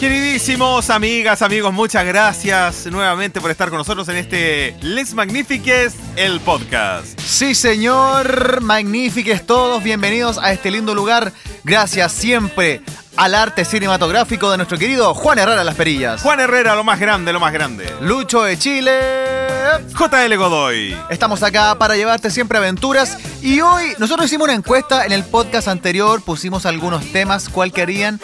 Queridísimos amigas, amigos, muchas gracias nuevamente por estar con nosotros en este Les Magnifiques, el podcast. Sí, señor. Magnífiques todos. Bienvenidos a este lindo lugar. Gracias siempre al arte cinematográfico de nuestro querido Juan Herrera Las Perillas. Juan Herrera, lo más grande, lo más grande. Lucho de Chile. JL Godoy. Estamos acá para llevarte siempre aventuras y hoy nosotros hicimos una encuesta en el podcast anterior, pusimos algunos temas, cuál querían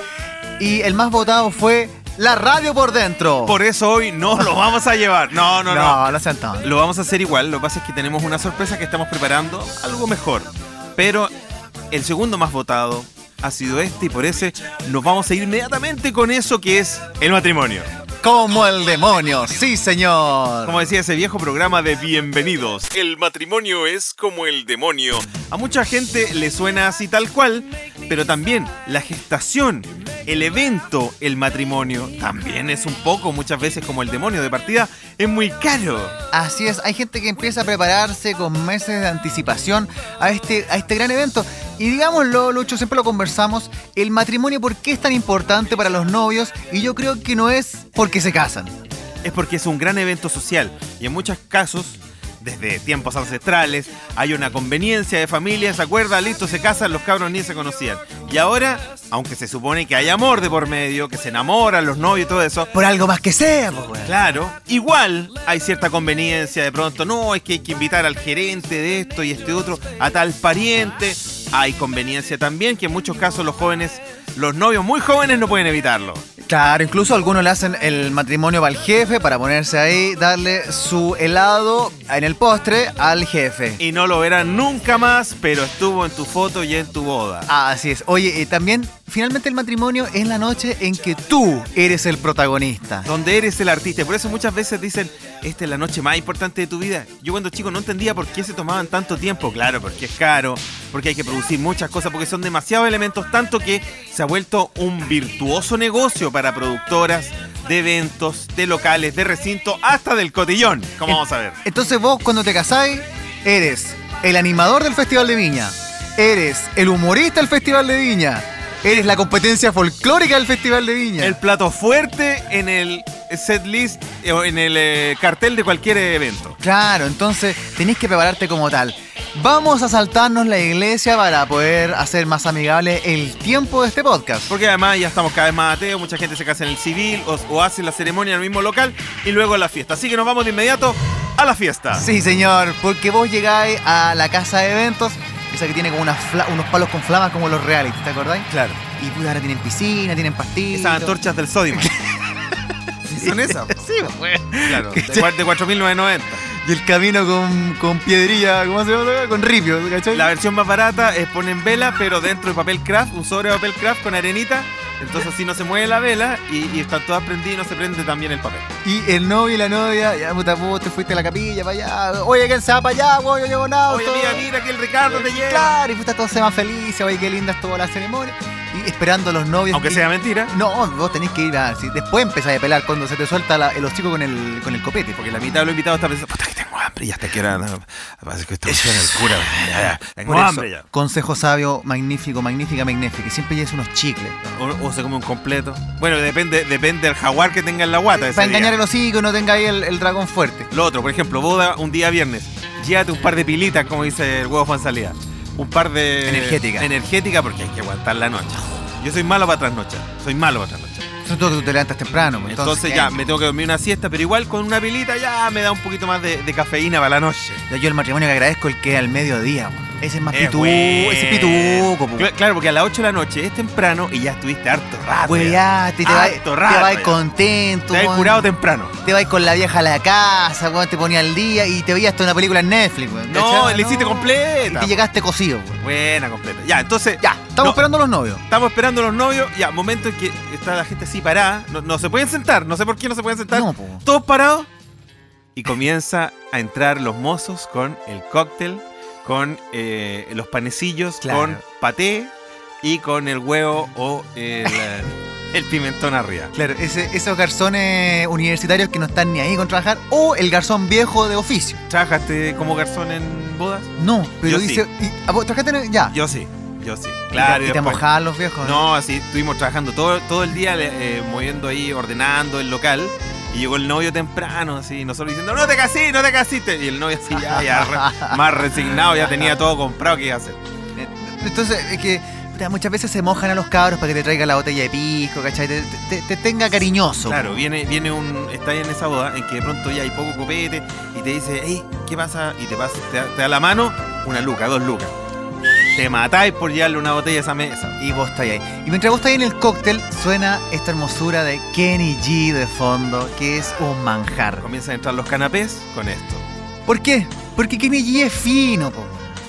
y el más votado fue la radio por dentro. Por eso hoy no lo vamos a llevar. No, no, no. no, no sean tan- Lo vamos a hacer igual. Lo que pasa es que tenemos una sorpresa que estamos preparando, algo mejor. Pero el segundo más votado ha sido este y por ese nos vamos a ir inmediatamente con eso que es el matrimonio. Como el demonio, sí señor. Como decía ese viejo programa de Bienvenidos, el matrimonio es como el demonio. A mucha gente le suena así tal cual, pero también la gestación, el evento, el matrimonio, también es un poco muchas veces como el demonio de partida, es muy caro. Así es, hay gente que empieza a prepararse con meses de anticipación a este, a este gran evento. Y digámoslo, Lucho, siempre lo conversamos, el matrimonio, ¿por qué es tan importante para los novios? Y yo creo que no es porque se casan. Es porque es un gran evento social y en muchos casos, desde tiempos ancestrales, hay una conveniencia de familia, se acuerda, listo, se casan, los cabros ni se conocían. Y ahora, aunque se supone que hay amor de por medio, que se enamoran los novios y todo eso, Por algo más que sea, pues, weón. Claro, igual hay cierta conveniencia de pronto, no, es que hay que invitar al gerente de esto y este otro, a tal pariente. Hay conveniencia también que en muchos casos los jóvenes, los novios muy jóvenes no pueden evitarlo. Claro, incluso algunos le hacen el matrimonio para el jefe, para ponerse ahí, darle su helado en el postre al jefe. Y no lo verán nunca más, pero estuvo en tu foto y en tu boda. Así es. Oye, y también, finalmente el matrimonio es la noche en que tú eres el protagonista. Donde eres el artista. Y Por eso muchas veces dicen, esta es la noche más importante de tu vida. Yo cuando chico no entendía por qué se tomaban tanto tiempo. Claro, porque es caro, porque hay que producir muchas cosas, porque son demasiados elementos, tanto que se ha vuelto un virtuoso negocio para productoras de eventos, de locales, de recinto, hasta del cotillón, como vamos a ver. Entonces vos cuando te casáis, eres el animador del Festival de Viña, eres el humorista del Festival de Viña, eres la competencia folclórica del Festival de Viña. El plato fuerte en el set list, eh, o en el eh, cartel de cualquier evento. Claro, entonces tenés que prepararte como tal. Vamos a saltarnos la iglesia para poder hacer más amigable el tiempo de este podcast. Porque además ya estamos cada vez más ateos, mucha gente se casa en el civil o, o hace la ceremonia en el mismo local y luego en la fiesta. Así que nos vamos de inmediato a la fiesta. Sí, señor, porque vos llegáis a la casa de eventos, esa que tiene como unas fla- unos palos con flamas como los reality, ¿te acordáis? claro. Y puta, ahora tienen piscina, tienen pastillas. Esas antorchas del sodio. ¿Son esas? sí, pues. claro, de, cua- de 4.990. Y el camino con, con piedrilla, ¿cómo se llama? Con ripio, ¿cachai? La versión más barata es ponen vela, pero dentro de papel craft, un sobre de papel craft con arenita. Entonces así no se mueve la vela y, y están todas prendidas y no se prende también el papel. Y el novio y la novia, ya puta, vos te fuiste a la capilla para allá. Oye, ¿quién se va para allá? Vos, yo llevo nada. Oye, mira, mira que el Ricardo te llega. Claro, y puta, todos se van felices. Oye, qué linda estuvo la ceremonia. Y esperando a los novios. Aunque Y- sea mentira, No, vos tenés que ir a. si- después empezás a pelar cuando se te suelta la- el hocico con el, con el copete. porque la mitad de los invitados está pensando, puta que tengo hambre, ya hasta que era. Parece que estoy en el cura. ya, ya, Tengo Por eso, hambre ya. Consejo sabio, magnífico, magnífica, magnífica. Siempre lleves unos chicles. O, o se come un completo. Bueno, depende, depende del jaguar que tenga en la guata. ese Para día. engañar el hocico y no tenga ahí el, el dragón fuerte. Lo otro, por ejemplo, boda un día viernes. Llévate un par de pilitas, como dice el huevo Juan Salida. Un par de. Energética. Energética porque hay que aguantar la noche. Yo soy malo para trasnochar. Soy malo para trasnochar. Sobre todo que tú te levantas temprano. pues, Entonces, ¿qué ya hay? me tengo que dormir una siesta, pero igual con una pilita ya me da un poquito más de, de cafeína para la noche. Yo el matrimonio que agradezco el que es al mediodía. po. Ese es más Es pituco. bueno. Ese es pituco. pues. po. Cla- Claro, porque a las 8 de la noche es temprano y ya estuviste harto rato. ya. Hueveaste, te vas- te Harto rato, vas ya. contento. Te has weón. curado temprano. Te vas con la vieja a la casa, weón, te ponía al día y te veías toda una película en Netflix. weón, No, ¿cachai? le hiciste Y completa. te llegaste cocido. weón. Buena, completa. Ya, entonces. Ya, estamos No. esperando a los novios. Estamos esperando a los novios. Ya, momento en que está la gente así parada. No, no se pueden sentar. No sé por qué no se pueden sentar. No, po. Todos parados. Y comienza a entrar los mozos con el cóctel, con eh, los panecillos, Claro. con paté y con el huevo o el, eh, el pimentón arriba. Claro, ese- esos garzones universitarios que no están ni ahí con trabajar, o el garzón viejo de oficio. ¿Trabajaste como garzón en bodas? No, pero Yo dice. y- ¿a vos trabajaste en- ya. Yo sí. Yo sí. Claro. y te, y te después- mojaban los viejos. No, así estuvimos trabajando todo, todo el día, le- eh, moviendo ahí, ordenando el local. Y llegó el novio temprano, así, y nosotros diciendo, no te casí, no te casiste. Y el novio así, ya, ya, re- más resignado, ya tenía todo comprado, ¿qué iba a hacer? Entonces, es que puta, muchas veces se mojan a los cabros para que te traiga la botella de pisco, ¿cachai? Te, te- te tenga cariñoso. Claro, viene, viene un. Está en esa boda en que de pronto ya hay poco copete y te dice, hey, ¿qué pasa? Y te, pasa, te, da- te da la mano, una luca, dos lucas. Te matáis por llevarle una botella a esa mesa. Y vos estáis ahí. Y mientras vos estáis en el cóctel, suena esta hermosura de Kenny G de fondo, que es un manjar. Comienzan a entrar los canapés con esto. ¿Por qué? Porque Kenny G es fino, po.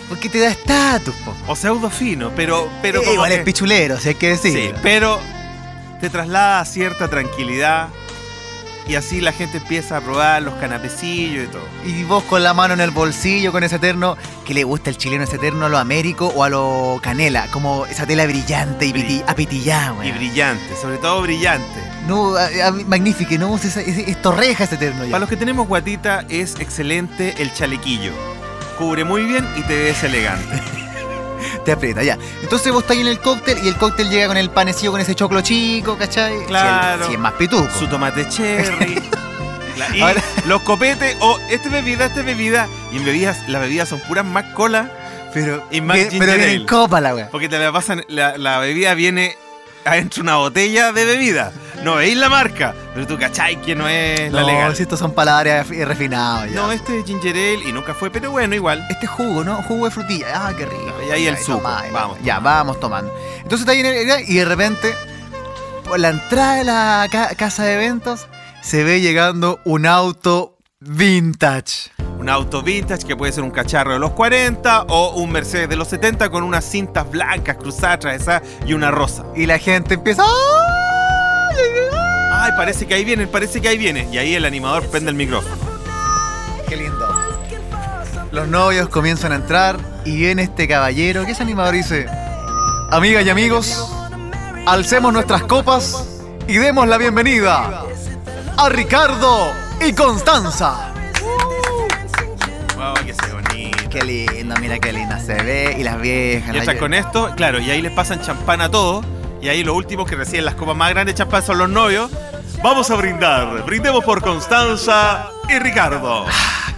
Porque te da estatus, po. O pseudo fino, pero. pero Eh, como igual que- es pichulero, si hay que Sí, decirlo. pero te traslada a cierta tranquilidad y así la gente empieza a probar los canapecillos y todo. Y vos con la mano en el bolsillo, con ese terno, que le gusta el chileno ese terno a lo américo o a lo canela, como esa tela brillante y Bri- piti, apitillada, Y weón. brillante, sobre todo brillante. No, a- a- magnífico, no, es, es, es torreja ese terno ya. Para los que tenemos guatita es excelente el chalequillo. Cubre muy bien y te ves elegante. Te aprieta, ya. Entonces vos estás ahí en el cóctel y el cóctel llega con el panecillo, con ese choclo chico, ¿cachai? Si el- Si Claro. es, más pituco. Su tomate cherry. la- y Ahora- los copetes, o esta es bebida, esta es bebida. Y en bebidas, las bebidas son puras más cola Pero, y más bien- ginger pero viene ale. en copa la weá. Porque te la pasan, la, la bebida viene adentro una botella de bebida. No veis la marca, pero tú cachai que no es la no, legal. si estos son palabras eh, refinadas ya. No, este es ginger ale y nunca fue, pero bueno, igual. Este jugo, ¿no? Jugo de frutilla. Ah, qué rico. Y ahí el Ya, suco. ya, Vamos Ya, vamos tomando. Entonces está ahí en el, y de repente, por la entrada de la ca- casa de eventos, se ve llegando un auto vintage. Un auto vintage que puede ser un cacharro de los 40 o un Mercedes de los 70 con unas cintas blancas cruzadas, atravesadas y una rosa. Y la gente empieza... ¡Ay, ay, Ay, parece que ahí viene, parece que ahí viene. Y ahí el animador prende el micrófono. ay! ¡Qué lindo! Los novios comienzan a entrar y viene este caballero que es animador y dice... Amigas y amigos, alcemos nuestras copas y demos la bienvenida a Ricardo y Constanza. Wow, que se bonito. Qué lindo, mira qué linda se ve. Y las viejas. Y las estás con esto, claro, y ahí les pasan champán a todos. Y ahí los últimos que reciben las copas más grandes de champán son los novios. Vamos a brindar. Brindemos por Constanza y Ricardo.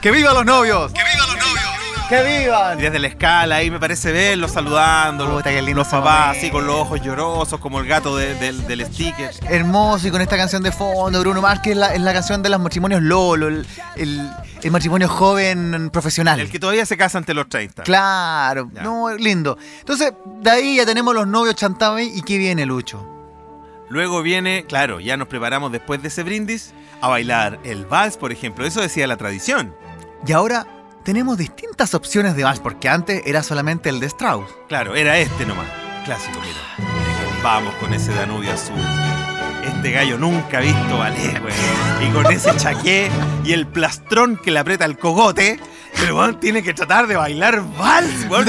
¡Que vivan los novios! ¡Que vivan los novios! ¡Que Y vivan! Desde la escala, ahí me parece verlos saludando. Puta, qué lindo los ese papás momento. así con los ojos llorosos, como el gato de- del- del sticker. Hermoso y con esta canción de fondo, Bruno Mars, que es la, es la canción de los matrimonios Lolo, el, el- el matrimonio joven profesional. El que todavía se casa ante los 30. Claro, Ya. no, lindo. Entonces, de ahí ya tenemos los novios chantados y que viene Lucho. Luego viene, claro, ya nos preparamos después de ese brindis a bailar el vals, por ejemplo. Eso decía la tradición. Y ahora tenemos distintas opciones de vals, porque antes era solamente el de Strauss. Claro, era este nomás. Clásico, mira. Mira que Vamos con ese Danubio azul. Este gallo nunca ha visto ballet, güey. Y con ese chaqué y el plastrón que le aprieta el cogote, el weón tiene que tratar de bailar vals, weón.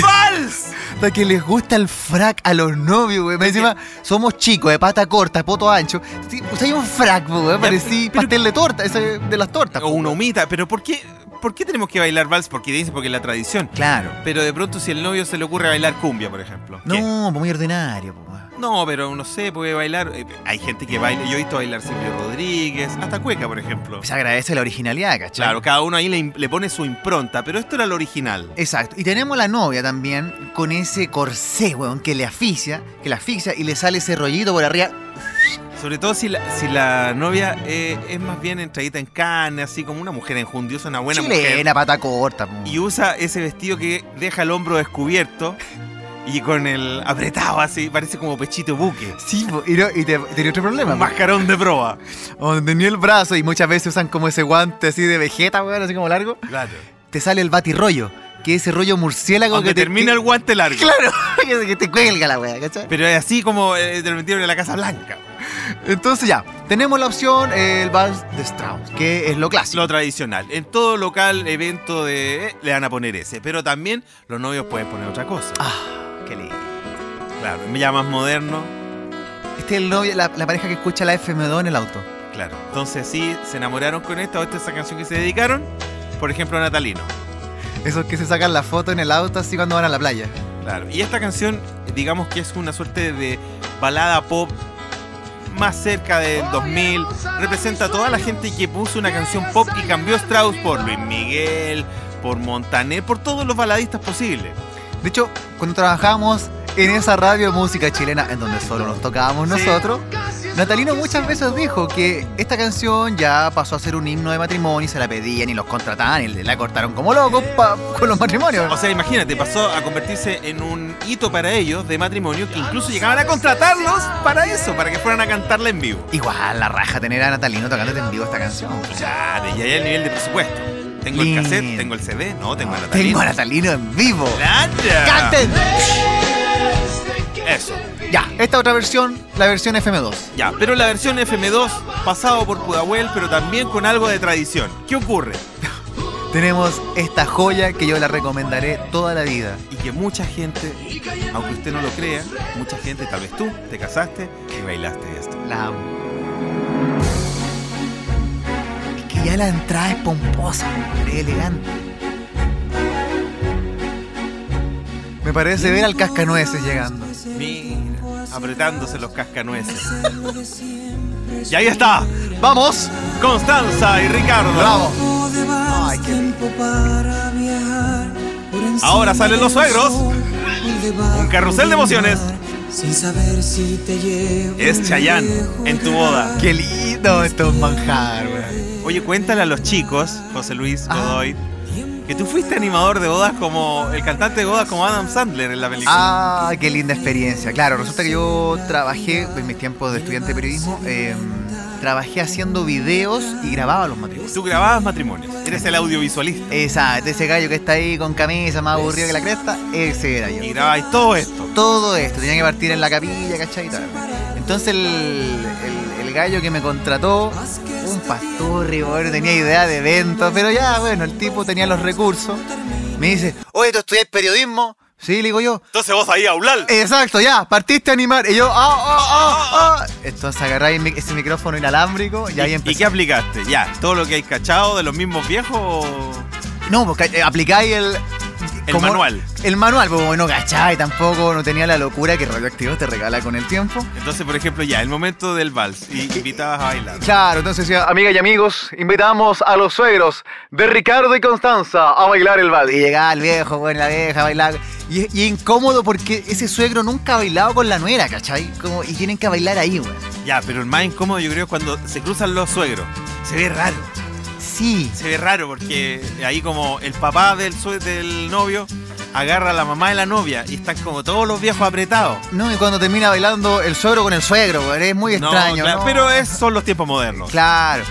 ¡Vals! Hasta que les gusta el frac a los novios, güey. Más Encima, somos chicos, de pata corta, poto ancho. Sí, Usáis un frac, pues, güey. Parecí pero- pastel de torta, ese de las tortas. O una humita, pero ¿por qué, ¿por qué tenemos que bailar vals? Porque dice, porque es la tradición. Claro. Pero de pronto si el novio se le ocurre bailar cumbia, por ejemplo. ¿qué? No, pues muy ordinario, po, güey. No, pero no sé, puede bailar. eh, Hay gente que baila. Yo he visto bailar Silvio Rodríguez, hasta Cueca, por ejemplo. Se agradece la originalidad, ¿cachai? Claro, cada uno ahí le, im- le pone su impronta, pero esto era lo original. Exacto. Y tenemos la novia también con ese corsé, weón, que le asfixia, que le asfixia y le sale ese rollito por arriba. Sobre todo si la, si la novia eh, es más bien entradita en carne, así como una mujer enjundiosa, una buena Chilena, pata corta. po. mujer. Y usa ese vestido que deja el hombro descubierto y con el apretado así, parece como pechito buque. Sí, po, y, no- y te, tenía otro problema. Un po. mascarón de proa. Donde ni el brazo y muchas veces usan como ese guante así de vegeta, weón, así como largo. Claro. te sale el batirrollo, que es ese rollo murciélago Donde que te termina el guante largo. Claro, que, que te cuelga la wea, ¿cachai? Pero es así como eh, te lo metieron en la Casa Blanca. Entonces ya, tenemos la opción eh, el vals de Strauss, que es lo clásico. Lo tradicional. En todo local, evento de. eh, le van a poner ese. Pero también los novios pueden poner otra cosa. Ah, qué lindo. Claro, ya más moderno. Este es el novio, la, la pareja que escucha la FM2 en el auto. Claro. Entonces, sí, se enamoraron con esta o esta es esa canción que se dedicaron. Por ejemplo, a Natalino. Esos que se sacan la foto en el auto así cuando van a la playa. Claro. Y esta canción, digamos que es una suerte de balada pop más cerca del 2000. Representa a toda la gente que puso una canción pop y cambió Strauss por Luis Miguel, por Montaner, por todos los baladistas posibles. De hecho, cuando trabajábamos en esa radio de música chilena, en donde solo nos tocábamos Sí. nosotros, Natalino muchas veces dijo que esta canción ya pasó a ser un himno de matrimonio y se la pedían y los contrataban y la cortaron como locos pa- con los matrimonios. O sea, imagínate, pasó a convertirse en un hito para ellos de matrimonio que incluso llegaban a contratarlos para eso, para que fueran a cantarla en vivo. Igual la raja tener a Natalino tocándote en vivo esta canción. Claro, y ahí el nivel de presupuesto. Tengo el Lindo. cassette, tengo el CD, no, tengo la Tengo a Natalino en vivo. ¡Claro! ¡Canten! Eso. Ya, esta otra versión, la versión FM2. Ya, pero la versión FM2 pasado por Pudahuel, pero también con algo de tradición. ¿Qué ocurre? Tenemos esta joya que yo la recomendaré toda la vida. Y que mucha gente, aunque usted no lo crea, mucha gente, tal vez tú, te casaste y bailaste esto. La amo. Es que ya la entrada es pomposa, pero es elegante. Me parece ver al cascanueces llegando. Mira, apretándose los cascanueces. Y ahí está, ¡Vamos! Constanza y Ricardo. ¡Bravo! Ay, qué tiempo para viajar por encima Ahora salen los del suegros. sol, el debajo Un carrusel de del emociones. mar, Sin saber si te llevo Es un Chayanne viejo en tu boda. ¡Qué lindo esto es manjar, güey! Oye, cuéntale a los chicos, José Luis Ah. Godoy, que tú fuiste animador de bodas como el cantante de bodas como Adam Sandler en la película. ¡Ah, qué linda experiencia! Claro, resulta que yo trabajé en mis tiempos de estudiante de periodismo. eh, trabajé haciendo videos y grababa los matrimonios. Tú grababas matrimonios, eres el audiovisualista Exacto, ese gallo que está ahí con camisa más aburrido que la cresta, ese era yo. y grababas todo esto. todo esto, tenía que partir en la capilla, ¿cachai? Y tal. Entonces el, el- el gallo que me contrató, un pastor, bueno, tenía idea de eventos, pero ya, bueno, el tipo tenía los recursos. Me dice, oye, ¿tú estudias periodismo? Sí, le digo yo. Entonces vos ahí a hablar. Eh, Exacto, ya, partiste a animar. Y yo, ah, ah, ah, ah. Entonces agarráis mi- ese micrófono inalámbrico y ¿Y ahí qué empecé. aplicaste? Ya, todo lo que hay cachado de los mismos viejos. o- No, porque eh, aplicáis el. El manual. El manual, pues bueno, cachai, tampoco no tenía la locura que Radioactivo te regala con el tiempo. Entonces, por ejemplo, ya, el momento del vals y invitabas a bailar. Claro, entonces decía, amigas y amigos, invitamos a los suegros de Ricardo y Constanza a bailar el vals. Y llegaba el viejo, bueno, la vieja a bailar. Y, y incómodo porque ese suegro nunca ha bailado con la nuera, ¿cachai? Como, y tienen que bailar ahí, güey. Ya, pero el más incómodo yo creo es cuando se cruzan los suegros. Se ve raro. Sí. Se ve raro porque ahí como el papá del, sue- del novio agarra a la mamá de la novia y están como todos los viejos apretados. No, y cuando termina bailando el suegro con el suegro, güey, es muy No, extraño. claro, ¿no? Pero es, son los tiempos modernos. Claro.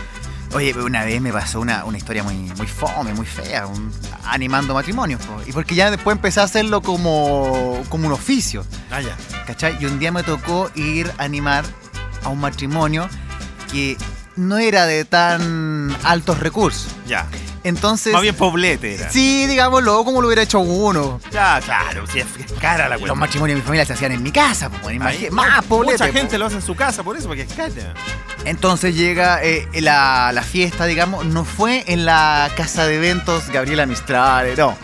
Oye, pero una vez me pasó una, una historia muy, muy fome, muy fea, un- animando matrimonios. po. Y porque ya después empecé a hacerlo como, como un oficio. Ah, ya. ¿Cachai? Y un día me tocó ir a animar a un matrimonio que no era de tan altos recursos. Ya. Entonces, Más bien poblete era. sí, digámoslo, como lo hubiera hecho uno. Ya, claro. Sí, es es cara la Los cuestión. matrimonios de mi familia se hacían en mi casa, pues, imagi- Ahí, más poblete. Mucha pues. gente lo hace en su casa por eso, porque es cara. Entonces llega eh, la, la fiesta, digamos, no fue en la casa de eventos Gabriela Mistral, no.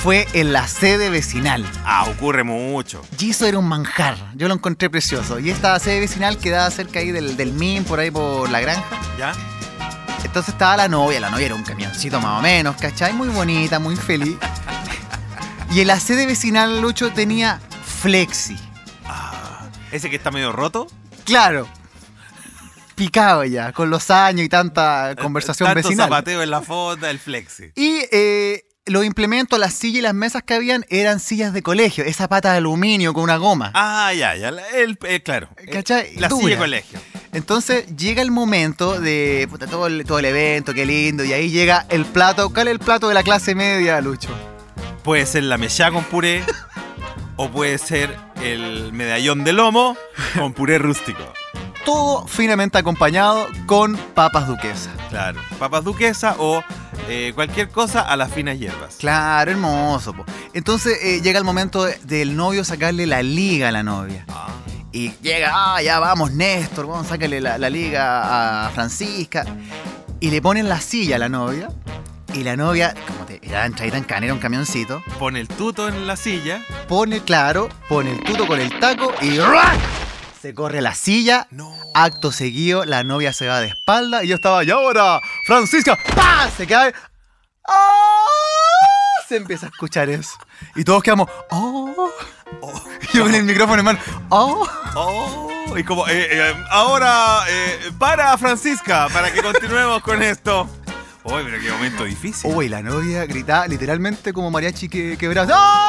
Fue en la sede vecinal. Ah, ocurre mucho. Y eso era un manjar. Yo lo encontré precioso. Y esta sede vecinal quedaba cerca ahí del, del MIN, por ahí por la granja. ¿Ya? Entonces estaba la novia, la novia era un camioncito más o menos, ¿cachai? Muy bonita, muy feliz. Y el sede vecinal, Lucho, tenía flexi. Ese que está medio roto. eh, Claro. Picado ya, con los años y tanta conversación eh, Tanto vecinal. zapateo en la foto, el flexi. Y eh, los implementos, las sillas y las mesas que habían eran sillas de colegio, esa pata de aluminio con una goma. Ah, ya, ya. la- El, eh, claro. ¿Cachai? La silla Dura. de colegio. Entonces llega el momento de puta, todo, el, todo el evento, qué lindo, y ahí llega el plato. ¿Cuál es el plato de la clase media, Lucho? Puede ser la mechá con puré o puede ser el medallón de lomo con puré rústico. todo finamente acompañado con papas duquesas. Claro. Papas duquesa o eh, cualquier cosa a las finas hierbas. Claro, hermoso. po. Entonces eh, llega el momento de- del novio sacarle la liga a la novia. Ah, Y llega, ah, ya vamos, Néstor, vamos, sácale la, la liga a Francisca. Y le ponen la silla a la novia. Y la novia, como te la entra y tan canera un camioncito, Pone el tuto en la silla. pone claro, pone el tuto con el taco y ¡ruah! se corre la silla. No. Acto seguido, la novia se va de espalda y yo estaba, ¡y ahora! ¡Francisca! ¡Pah! Se cae. ¡Ah! Se empieza a escuchar eso. Y todos quedamos, ¡oh! Yo con el micrófono en mano, ¡oh! Oh, y como, eh, eh, ahora eh, para Francisca, para que continuemos con esto. Uh, Uy, pero qué momento difícil. Uy, la novia gritaba literalmente como mariachi que, quebrado. ¡Ah!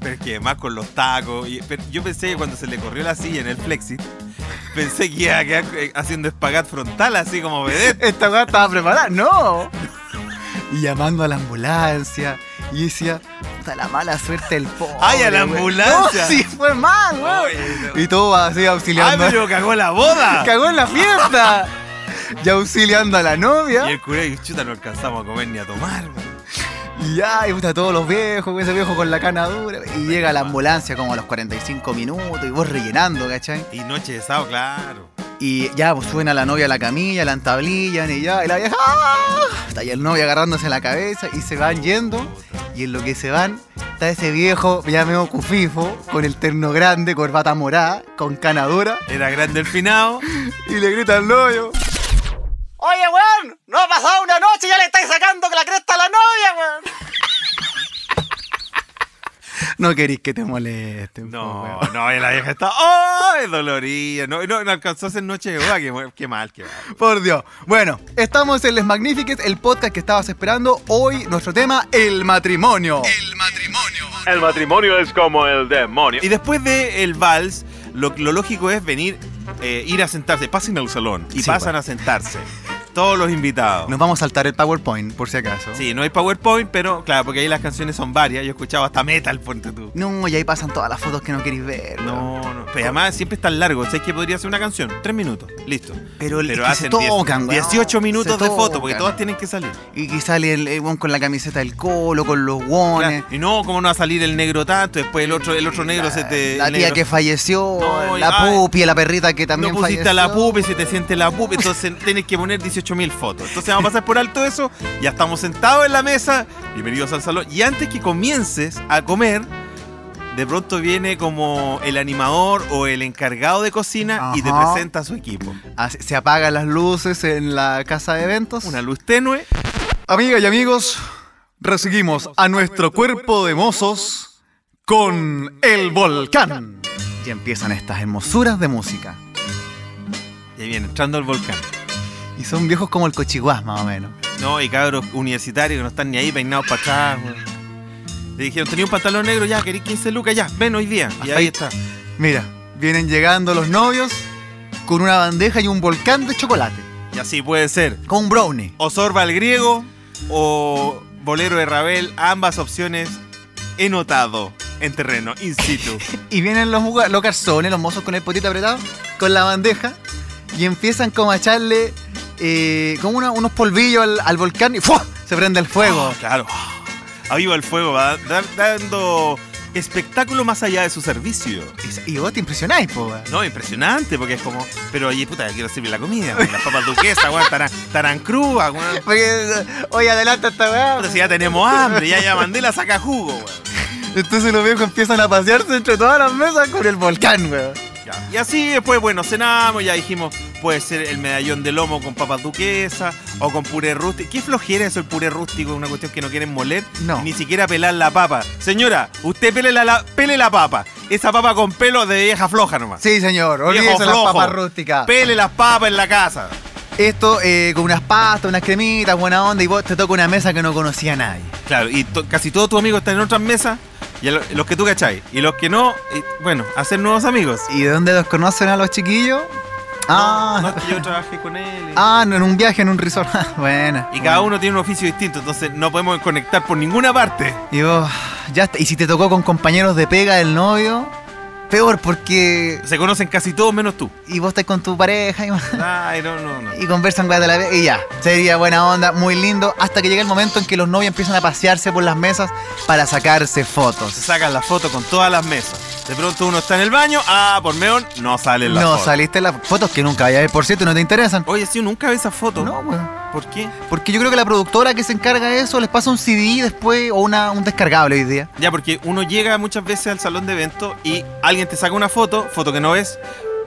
Pero es que además con los tacos. y- pero yo pensé que cuando se le corrió la silla en el flexi, pensé que iba a quedar eh, haciendo espagat frontal, así como vedette. Esta weá estaba preparada, no. Y llamando a la ambulancia. Y decía, puta la mala suerte del pobre. Ay, a la weón". ambulancia. No, sí, fue mal, weón. Ay, Ah, Y todo así auxiliando. pero cagó la boda! Cagó en la fiesta. Y auxiliando a la Y novia. el cura y chuta no alcanzamos a comer ni a tomar. weón. Y ay, puta, todos los viejos, ese viejo con la cana dura. Y llega la ambulancia como a los 45 minutos y vos rellenando, ¿cachai? Y noche de sábado, claro. Y ya, pues suben a la novia a la camilla, la entablillan y ya, y la vieja. ¡ah! Está ahí el novio agarrándose la cabeza y se van yendo. Y en lo que se van, está ese viejo, ya medio cufifo, con el terno grande, corbata morada, con canadura, Era grande el finado. y le grita al novio. Oye, weón, no ha pasado una noche y ya le estáis sacando la cresta a la novia, weón. No querís que te molesten. po, No, weón. no, y la vieja está. ¡Ay, doloría! No, no, no alcanzó a hacer noche de boda. Qué, mu- qué mal, qué mal. Por Dios. Bueno, estamos en Les Magnifiques, el podcast que estabas esperando. Hoy nuestro tema, el matrimonio. El matrimonio es como el demonio. Y después del vals, lo, lo lógico es venir, eh, ir a sentarse. Pasen al salón y Sí, pasan bueno. a sentarse. Todos los invitados. Nos vamos a saltar el PowerPoint, por si acaso. Sí, no hay PowerPoint, pero claro, porque ahí las canciones son varias. Yo he escuchado hasta metal, ponte tú. No, y ahí pasan todas las fotos que no queréis ver. weón. No, no. Pero además siempre es tan largo. O sea, es que podría ser una canción. Tres minutos. Listo. Pero, el- es Pero que hacen se tocan, weón. 18 minutos Se de foto, porque tocan. todas tienen que salir. Y que sale el, el weón con la camiseta del colo, con los guones. Claro. Y no, ¿cómo no va a salir el negro tanto? Después el otro, el otro negro la, se te. la el tía negro- que falleció, No, y- la ay, pupi, la perrita que No también pusiste falleció. a la pupa y se te siente la pupa, entonces tienes que poner 18.000 fotos. Entonces vamos a pasar por alto eso, ya estamos sentados en la mesa, bienvenidos al salón. Y antes que comiences a comer, de pronto viene como el animador o el encargado de cocina y te Ajá. presenta a su equipo. Ah, se- se apagan las luces en la casa de eventos. Una luz tenue, Amigas y amigos, recibimos a nuestro cuerpo de mozos con el volcán. Y empiezan estas hermosuras de música. y ahí viene entrando el volcán. Y son viejos como el cochiguás, más o menos. No, y cabros universitarios que no están ni ahí peinados para atrás. weón. Le dijeron, tenía un pantalón negro, ya, querés 15 lucas, ya, ven hoy día. Y Hasta ahí ahí. está. Mira, vienen llegando los novios con una bandeja y un volcán de chocolate. Y así puede ser. Con un brownie. o Sorba el griego o Bolero de Ravel, ambas opciones he notado en terreno, in situ. Y vienen los, muga- los garzones, los mozos con el potito apretado, con la bandeja. Y empiezan como a echarle eh, como una- unos polvillos al, al volcán y ¡fua! se prende el fuego. claro. Aviva el fuego, va da- dando espectáculo más allá de su servicio. Y, y vos te impresionáis, po. weón. No, impresionante, porque es como, pero oye, puta, quiero servir la comida, weón, las papas duquesas, weón, estarán, estarán crudas, weón. Porque, oye, adelanta esta Puta, weá. si ya tenemos hambre, ya, ya mandé la saca jugo, weón. Entonces los viejos empiezan a pasearse entre todas las mesas con el volcán, weón. Ya. Y así después, bueno, cenamos, ya dijimos, puede ser el medallón de lomo con papas duquesa o con puré rústico. ¿Qué flojera eso el puré rústico? Es una cuestión que no quieren moler, No. ni siquiera pelar la papa. Señora, usted pele la, la- pele la papa. Esa papa con pelo de vieja floja nomás. Sí, señor, olvídese las flojo. papas rústicas. Pele las papas en la casa. Esto eh, con unas pastas, unas cremitas, buena onda, y vos te toca una mesa que no conocía a nadie. Claro, y to- casi todos tus amigos están en otras mesas, y a lo- los que tú cacháis, y los que no, y, bueno, hacer nuevos amigos. ¿Y de dónde los conocen a los chiquillos? Ah, No, no, es que yo trabajé con él. y- ah, no, en un viaje, en un resort. bueno. Y cada uno tiene un oficio distinto, entonces no podemos conectar por ninguna parte. Y vos, ya está. Y si te tocó con compañeros de pega del novio, peor porque... Se conocen casi todos menos tú. Y vos estás con tu pareja y... Ay, no, no, no. y conversan weas de la vida y ya. Sería buena onda, muy lindo, hasta que llega el momento en que los novios empiezan a pasearse por las mesas para sacarse Se fotos. sacan las fotos con todas las mesas. De pronto uno está en el baño, ah, por meón, no sale la No foto. saliste las fotos que nunca vayas a ver, por cierto, no te interesan. Oye, sí, nunca ve esa foto. No, weón. ¿Por qué? Porque yo creo que la productora que se encarga de eso les pasa un CD después o una, un descargable hoy día. Ya, porque uno llega muchas veces al salón de eventos y alguien te saca una foto, foto que no es,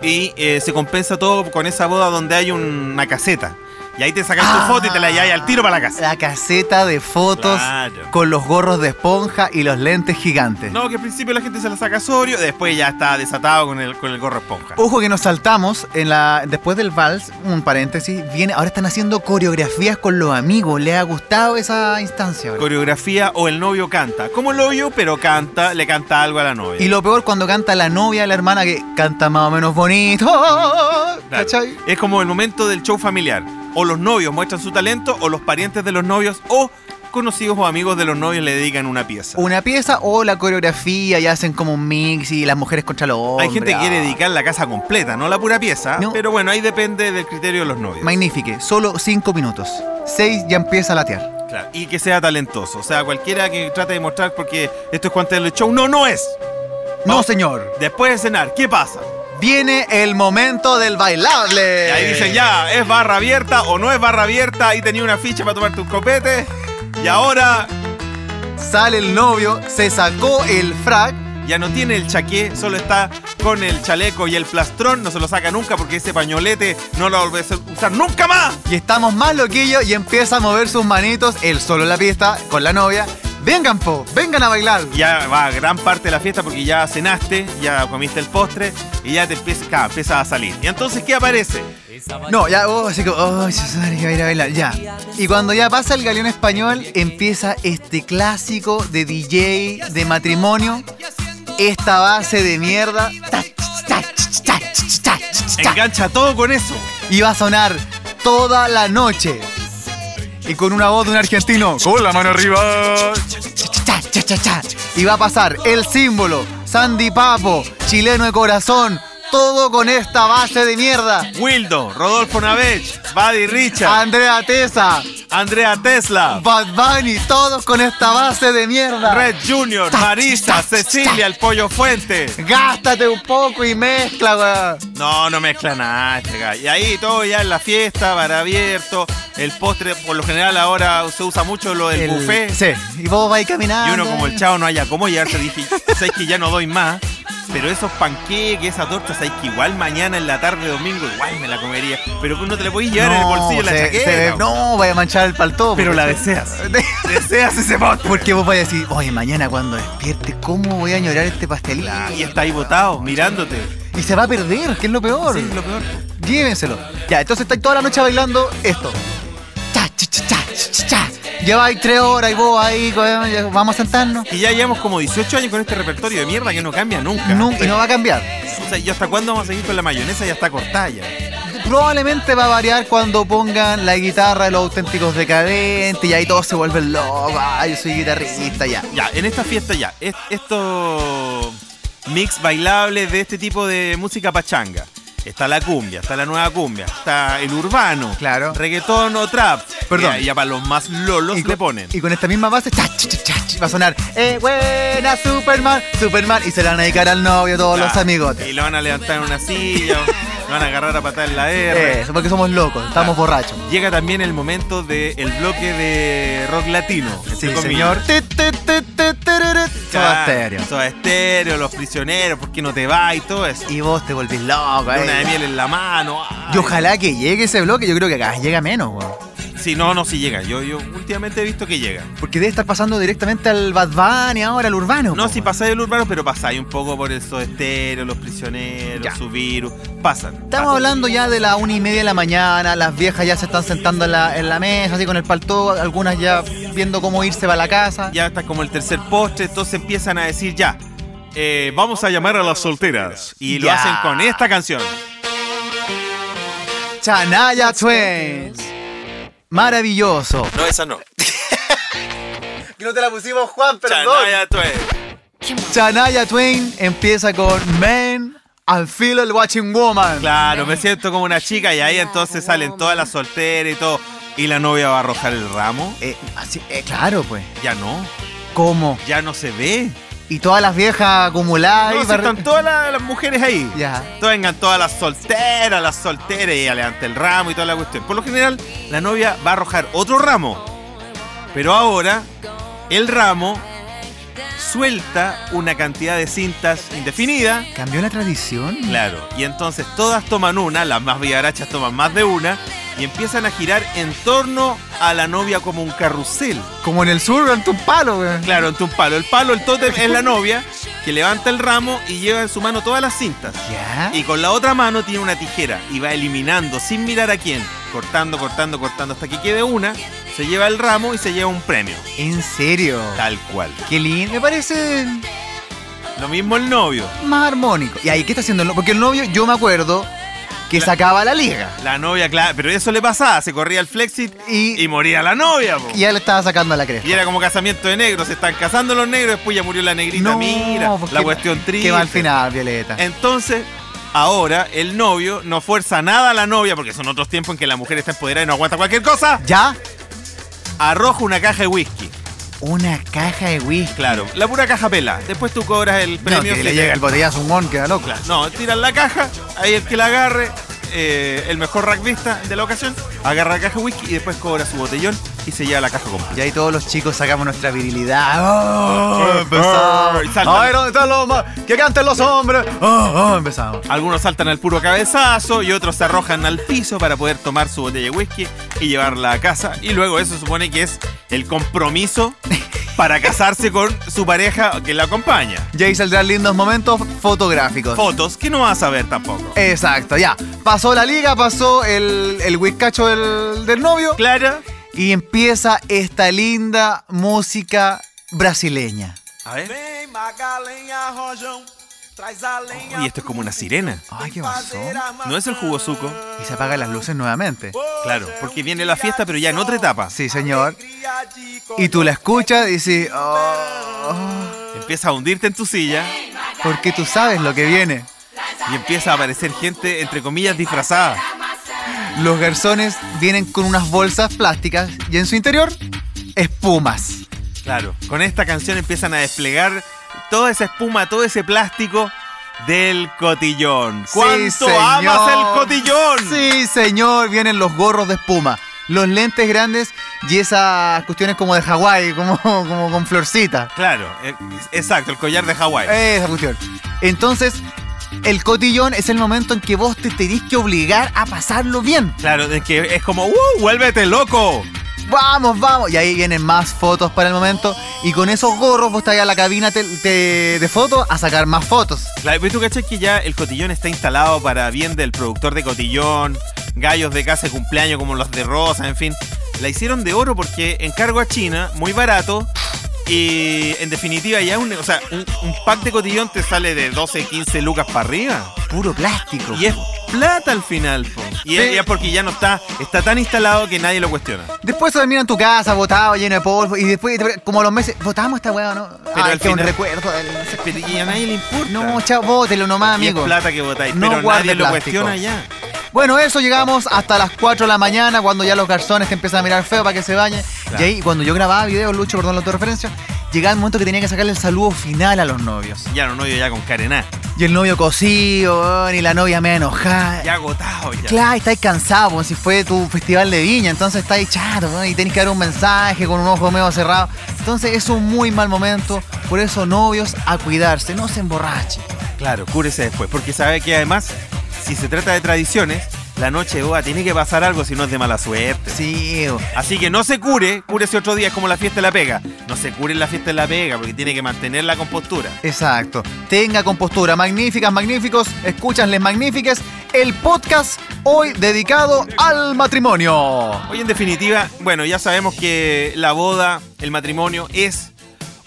y eh, se compensa todo con esa boda donde hay un- una caseta. Y ahí te sacan tu foto y te la llevas al tiro para la casa. La caseta de fotos Claro. con los gorros de esponja y los lentes gigantes. No, que al principio la gente se la saca sobrio, después ya está desatado con el, con el gorro esponja. Ojo que nos saltamos en la después del vals, un paréntesis, viene, ahora están haciendo coreografías con los amigos, les ha gustado esa instancia. bro? Coreografía o el novio canta. Como el novio, pero canta, le canta algo a la novia. Y lo peor cuando canta la novia, la hermana que canta más o menos bonito. Claro. ¿Cachai? Es como el momento del show familiar. O los novios muestran su talento, o los parientes de los novios, o conocidos o amigos de los novios le dedican una pieza. Una pieza o la coreografía y hacen como un mix y las mujeres contra los hombres. Hay gente que quiere ah. dedicar la casa completa, no la pura pieza, No. pero bueno, ahí depende del criterio de los novios. Magnifique, solo 5 minutos. 6 ya empieza a latear. Claro, Y que sea talentoso. O sea, cualquiera que trate de mostrar porque esto es cuanto del show, no, no es. No, Vamos. señor. Después de cenar, ¿qué pasa? Viene el momento del Y bailable. ahí Eh. dicen ya, ¿es barra abierta o no es barra abierta? Ahí tenía una ficha para tomarte un copete. Y ahora Sale el novio, se sacó el frac. ya no tiene el chaqué, solo está con el chaleco y el plastrón. No se lo saca nunca porque ese pañolete no lo volvés a usar nunca más. Y estamos más loquillos y empieza a mover sus manitos él solo en la pista con la novia. Vengan, po, vengan a bailar. ya va gran parte de la fiesta porque ya cenaste, ya comiste el postre y ya te empieza, claro, empieza a salir. Y entonces, ¿qué aparece? No, ya, oh, así que, oh, se sabe que va a ir a bailar, ya. Y cuando ya pasa el galeón español, empieza este clásico de DJ de matrimonio. Esta base de mierda. Engancha todo con eso. Y va a sonar toda la noche. Y con una voz de un argentino. Con la mano arriba. cha, cha, cha, cha. Y va a pasar el símbolo, Sandy Papo, chileno de corazón, todo con esta base de mierda. Wildo, Rodolfo Navech, Buddy Richard, Andrea Tesa, Andrea Tesla, Bad Bunny, todos con esta base de mierda. Red Junior, Marisa, Cecilia, el Pollo Fuente. Gástate un poco y mezcla, weón. No, no mezcla nada este gallo. Y ahí todo ya en la fiesta, bar abierto, el postre, por lo general ahora se usa mucho lo del buffet. Sí, y vos vais caminando. Y uno como el chavo no haya cómo llevarse, dije, sabes que ya no doy más. Pero esos panqueques, esa torta, sabes que igual mañana en la tarde, domingo, igual me la comería. Pero que uno te la podías llevar en el bolsillo, en la se- chaqueta. se- po. no, vaya a manchar el palto. pero la porque- deseas. deseas ese postre. Porque vos vais a decir, oye, mañana cuando despierte, ¿cómo voy a añorar este pastelito? Y está ahí botado, mirándote. Y se va a perder, que es lo peor. Sí, lo peor. Llévenselo. Ya, entonces estáis toda la noche bailando esto. Cha, cha, cha, cha, cha, cha. Lleváis tres horas y vos ahí, weón, ya, vamos a sentarnos. Y ya llevamos como 18 años con este repertorio de mierda que no cambia nunca. No, y no va a cambiar. O sea, ¿y hasta cuándo vamos a seguir con la mayonesa? Ya está cortada ya. Probablemente va a variar cuando pongan la guitarra de los auténticos decadentes y ahí todos se vuelven locos. Ah, yo soy guitarrista ya. Ya, en esta fiesta ya, es- estos mix bailables de este tipo de música pachanga. Está la cumbia, está la nueva cumbia, está el urbano, Claro. reggaetón o trap. Perdón. Ya, ya para los más lolos con, le ponen. y con esta misma base cha, cha, cha, cha, cha, va a sonar eh, buena Superman, Superman y se la van a dedicar al novio todos los Ya, amigotes. Y lo van a levantar en una silla, lo van a agarrar a patar en la R. Eso, porque somos locos, estamos Claro. borrachos. Llega también el momento del bloque de rock latino. entre Sí, comillas. señor. Ti, ti, ti, ti, tiriri. Soda Claro, Stereo. Soda Stereo, Los Prisioneros, ¿por qué no te va? Y todo eso. Y vos te volvís loco, Luna de eh. miel en la mano. ay. Y ojalá que llegue ese bloque, yo creo que acá llega menos, weón. Sí, no, no, sí llega. Yo, yo últimamente he visto que llega. Porque debe estar pasando directamente al Bad Bunny ahora, al urbano. No, po, si weón. pasáis el urbano, pero pasáis un poco por el estéreo, los prisioneros, Ya. su virus. Pasan. Estamos pasan. hablando ya de la una y media de la mañana, las viejas ya se están sentando en la, en la mesa, así con el palto, algunas ya viendo cómo irse para la casa. Ya está como el tercer postre, entonces empiezan a decir ya. eh, vamos a llamar a las solteras. Y lo Ya. hacen con esta canción. Chanaya Twins. Maravilloso. No, esa no. Que no te la pusimos, Juan, Chanaya Twain. Chanaya Twain empieza con Man, I feel a watching woman. Claro, me siento como una chica y ahí entonces salen todas las solteras y todo. Y la novia va a arrojar el ramo. Eh, así, eh, claro, pues. Ya no, ¿Cómo? ya no se ve. Y todas las viejas acumuladas. No, y si barri- están todas las, las mujeres ahí. Ya. Todas vengan todas las solteras, las solteras y adelante el ramo y toda la cuestión. Por lo general, la novia va a arrojar otro ramo. Pero ahora, el ramo suelta una cantidad de cintas indefinida. ¿Cambió la tradición? Claro. Y entonces todas toman una, las más villarachas toman más de una. Y empiezan a girar en torno a la novia como un carrusel. Como en el sur, ante un palo, weón. Claro, ante un palo. El palo, el tótem es la novia que levanta el ramo y lleva en su mano todas las cintas. Ya. Y con la otra mano tiene una tijera y va eliminando sin mirar a quién, cortando, cortando, cortando hasta que quede una, se lleva el ramo y se lleva un premio. ¿En serio? Tal cual. Qué lindo. Me parece Lo mismo el novio. más armónico. ¿Y ahí qué está haciendo el novio? Porque el novio, yo me acuerdo que sacaba la liga. La novia, claro, pero eso le pasaba, se corría el flexit Y, y moría la novia. po. y ya le estaba sacando la cresta. Y era como casamiento de negros, se están casando los negros, después ya murió la negrita, mira, pues la qué- cuestión triste. Qué mal final, Violeta. Entonces, ahora el novio no fuerza nada a la novia, porque son otros tiempos en que la mujer está empoderada y no aguanta cualquier cosa, ¿Ya? arroja una caja de whisky. Una caja de whisky. Claro, la pura caja pela. Después tú cobras el No, premio. que si le te- llega el botellazo a un mon, queda loco. Claro, No, tiran la caja, ahí el que la agarre, eh, el mejor rugbyista de la ocasión, agarra la caja de whisky y después cobra su botellón y se lleva la caja completa. Y ahí todos los chicos sacamos nuestra virilidad. ¡Oh! empezamos. empezamos. Ay, ¿dónde están los hombres? ¡Que canten los hombres! ¡Oh! oh, empezamos. Algunos saltan al puro cabezazo y otros se arrojan al piso para poder tomar su botella de whisky y llevarla a casa. Y luego eso supone que es el compromiso para casarse con su pareja que la acompaña. Y ahí saldrán lindos momentos fotográficos. Fotos que no vas a ver tampoco. Exacto, ya. Pasó la liga, pasó el, el whiskacho del, del novio. Clara, Y empieza esta linda música brasileña. a ver. Vem Magalenha Rojão, traz a lenha. Y esto es como una sirena. Ay, ¿qué pasó? No es el jugosuco. Y se apagan las luces nuevamente. Claro, porque viene la fiesta, pero ya en otra etapa. Sí, señor. Y tú la escuchas y dices, oh, Empieza a hundirte en tu silla porque tú sabes lo que viene. y empieza a aparecer gente, entre comillas, disfrazada. Los garzones vienen con unas bolsas plásticas y en su interior, espumas. Claro. Con esta canción empiezan a desplegar toda esa espuma, todo ese plástico del cotillón. ¿Cuánto Sí, amas señor. el cotillón? Sí, señor, vienen los gorros de espuma, los lentes grandes y esas cuestiones como de Hawái, como, como con florcita. Claro, eh, exacto, el collar de Hawái. Esa cuestión. Entonces, el cotillón es el momento en que vos te tenés que obligar a pasarlo bien. Claro, es que es como, ¡uh! ¡Vuélvete loco! Vamos, vamos. Y ahí vienen más fotos para el momento. Y con esos gorros vos te vas a la cabina te- te- de fotos a sacar más fotos. Claro, pero tú cachas que ya el cotillón está instalado para bien del productor de cotillón, gallos de casa de cumpleaños como los de Rosa, en fin. La hicieron de oro porque encargo a China, muy barato. Y en definitiva, ya un, o sea, un, un pack de cotillón te sale de 12, 15 lucas para arriba. Puro plástico. Y es plata al final, po. Y es, Sí. y es porque ya no está, está tan instalado que nadie lo cuestiona. Después se termina en tu casa, botado, lleno de polvo. Y después, te- como a los meses, votamos esta weá, ¿no? Pero al que un final- recuerdo. del- Pero y a nadie le importa. No, chao, bótelo nomás, Y es amigo. plata que botáis, No pero guarde nadie lo plástico. cuestiona ya. Bueno, eso llegamos hasta las 4 de la mañana, cuando ya los garzones te empiezan a mirar feo para que se bañen. Claro. Y ahí, cuando yo grababa videos, Lucho, perdón la autorreferencia, llegaba el momento que tenía que sacarle el saludo final a los novios. Ya no, no, yo ya con carená. Y el novio cocido, weón, y la novia me enojada. Ya agotado ya. Claro, estáis cansados, si fue tu festival de viña, entonces estáis chato, ¿no? y tenéis que dar un mensaje con un ojo medio cerrado. Entonces es un muy mal momento, por eso novios a cuidarse, no se emborrachen. Claro, cúrese después, porque sabe que además, si se trata de tradiciones, la noche de boda tiene que pasar algo si no es de mala suerte. Sí, bo. Así que no se cure, cúrese otro día, es como la fiesta de la pega. No se cure en la fiesta de la pega, porque tiene que mantener la compostura. exacto. Tenga compostura, magníficas, magníficos, escúchanles magníficas, el podcast hoy dedicado al matrimonio. Hoy en definitiva, bueno, ya sabemos que la boda, el matrimonio es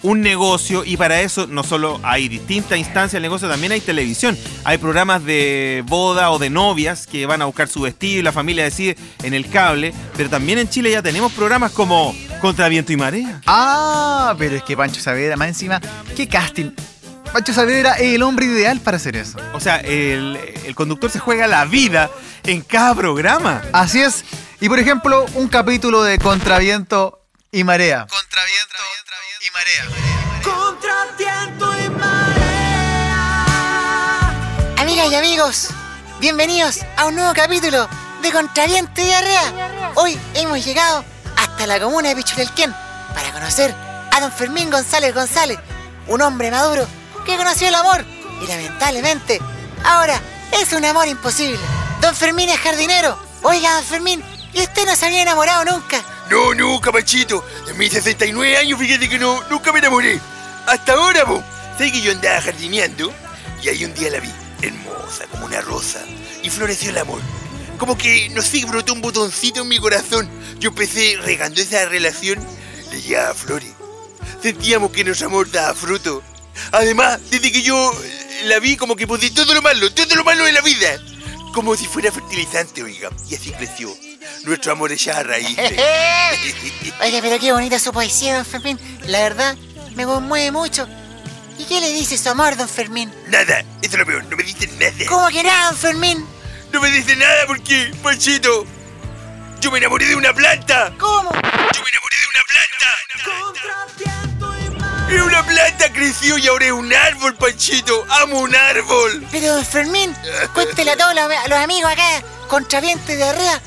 un negocio y para eso no solo hay distintas instancias del negocio, también hay televisión. Hay programas de boda o de novias que van a buscar su vestido y la familia decide en el cable, pero también en Chile ya tenemos programas como Contra Viento y Marea. Ah, pero es que Pancho Saavedra, más encima, qué casting. Pancho Saavedra es el hombre ideal para hacer eso. O sea, el, el conductor se juega la vida en cada programa. Así es. Y por ejemplo, un capítulo de Contraviento y Marea. Contratiento y Amigas y amigos, bienvenidos a un nuevo capítulo de Contraviento y Diarrea. Hoy hemos llegado hasta la comuna de Pichurelquén para conocer a don Fermín González González, un hombre maduro que conoció el amor y lamentablemente ahora es un amor imposible. Don Fermín es jardinero. Oiga, don Fermín, ¿y usted no se había enamorado nunca? No, no, capachito. En mis 69 años, fíjate que no, nunca me enamoré. Hasta ahora, po. ¿Sabes que yo andaba jardineando? Y ahí un día la vi, hermosa como una rosa. Y floreció el amor. Como que, no sé, brotó un botoncito en mi corazón. Yo empecé regando esa relación. Le llegaba flores. Sentíamos que nuestro amor daba fruto. Además, desde que yo eh, la vi, como que puse todo lo malo, todo lo malo de la vida. Como si fuera fertilizante, oiga. Y así creció. Nuestro amor echaba raíces. Oiga, pero qué bonita su poesía, don Fermín. La verdad, me conmueve mucho. ¿Y qué le dice su amor, don Fermín? Nada, eso es lo peor, no me dice nada. ¿Cómo que nada, don Fermín? No me dice nada porque, Panchito, yo me enamoré de una planta. ¿Cómo? Yo me enamoré de una planta. Y una planta creció y ahora es un árbol, Panchito. Amo un árbol. Pero, don Fermín, cuéntele a todos los, a los amigos acá, contra viento y diarrea,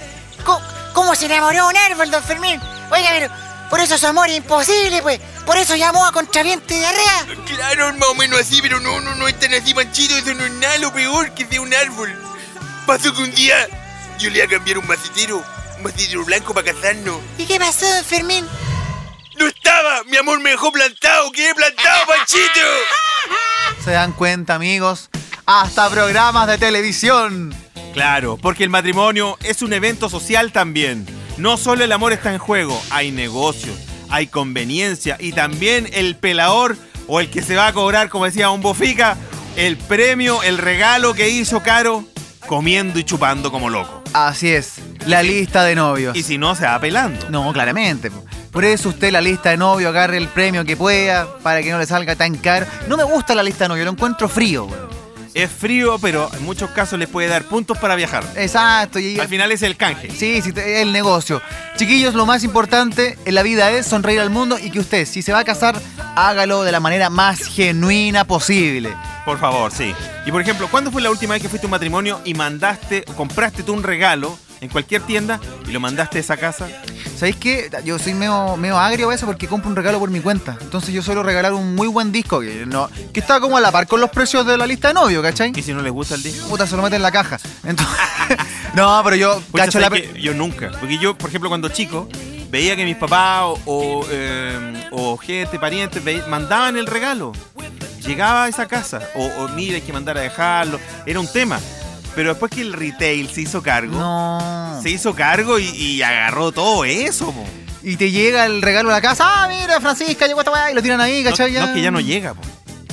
co- ¿cómo se enamoró un árbol, don Fermín? Oiga, pero por eso su amor es imposible, pues. Por eso llamó a contraviento y diarrea. Claro, más o menos así, pero no, no, no es tan así, Panchito. Eso no es nada lo peor que sea un árbol. Pasó que un día yo le iba a cambiar un macetero, un macetero blanco para casarnos. ¿Y qué pasó, don Fermín? ¡No estaba! ¡Mi amor me dejó plantado! ¡Quedé plantado, Panchito! Se dan cuenta, amigos. Hasta programas de televisión. Claro, porque el matrimonio es un evento social también. No solo el amor está en juego, hay negocios, hay conveniencia y también el pelador o el que se va a cobrar, como decía un bofica, el premio, el regalo que hizo Caro, comiendo y chupando como loco. Así es, la lista de novios. Y si no, se va pelando. No, claramente. po. Por eso usted la lista de novio agarre el premio que pueda para que no le salga tan caro. No me gusta la lista de novio, lo encuentro frío. weón. Es frío, pero en muchos casos les puede dar puntos para viajar. Exacto. Y, Al final es el canje. Sí, sí, te- el negocio. Chiquillos, lo más importante en la vida es sonreír al mundo y que usted, si se va a casar, hágalo de la manera más genuina posible. Por favor, sí. Y por ejemplo, ¿cuándo fue la última vez que fuiste a un matrimonio y mandaste, o compraste tú un regalo en cualquier tienda y lo mandaste a esa casa? ¿Sabéis qué? Yo soy medio, medio agrio a eso porque compro un regalo por mi cuenta. Entonces yo suelo regalar un muy buen disco que, no, que está como a la par con los precios de la lista de novio, ¿cachai? ¿Y si no les gusta el disco? Puta, se lo mete en la caja. Entonces, no, pero yo Pucha, cacho ¿sabes la... qué? pe- Yo nunca. Porque yo, por ejemplo, cuando chico, veía que mis papás o, o, eh, o gente, parientes, ve- mandaban el regalo. Llegaba a esa casa. O, o, mira, hay que mandar a dejarlo. Era un tema. Pero después que el retail se hizo cargo, No. se hizo cargo y, y agarró todo eso. po. Y te llega el regalo a la casa. Ah, mira, Francisca, llegó esta weá. Y lo tiran ahí, No, ¿cachai? no, es que ya no llega. po.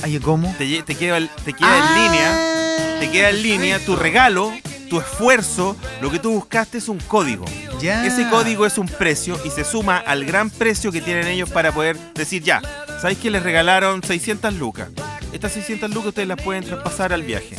Ay, ¿cómo? Ah. Te, lle- te queda, el- te queda en línea. Te queda en línea tu regalo, tu esfuerzo, lo que tú buscaste es un código. Ya. Ese código es un precio y se suma al gran precio que tienen ellos para poder decir ya, ¿sabéis que les regalaron 600 lucas? Estas 600 lucas ustedes las pueden traspasar al viaje.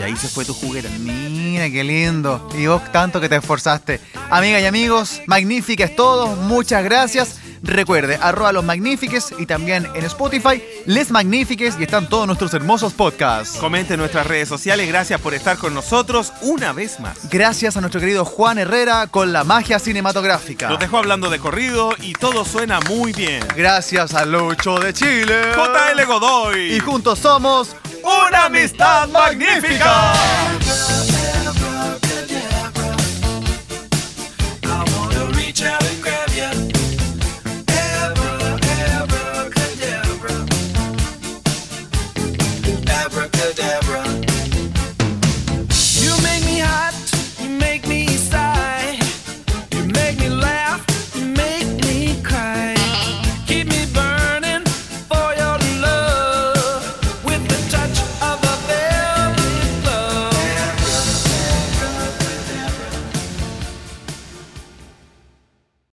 Y ahí se fue tu juguera. Mira, qué lindo. Y vos tanto que te esforzaste. Amigas y amigos, magníficas todos, muchas gracias. Recuerde, arroba los magnífiques y también en Spotify, les magnífiques y están todos nuestros hermosos podcasts. Comenten nuestras redes sociales, gracias por estar con nosotros una vez más. Gracias a nuestro querido Juan Herrera con la magia cinematográfica. Los dejo hablando de corrido y todo suena muy bien. Gracias a Lucho de Chile. JL Godoy. Y juntos somos una amistad magnífica.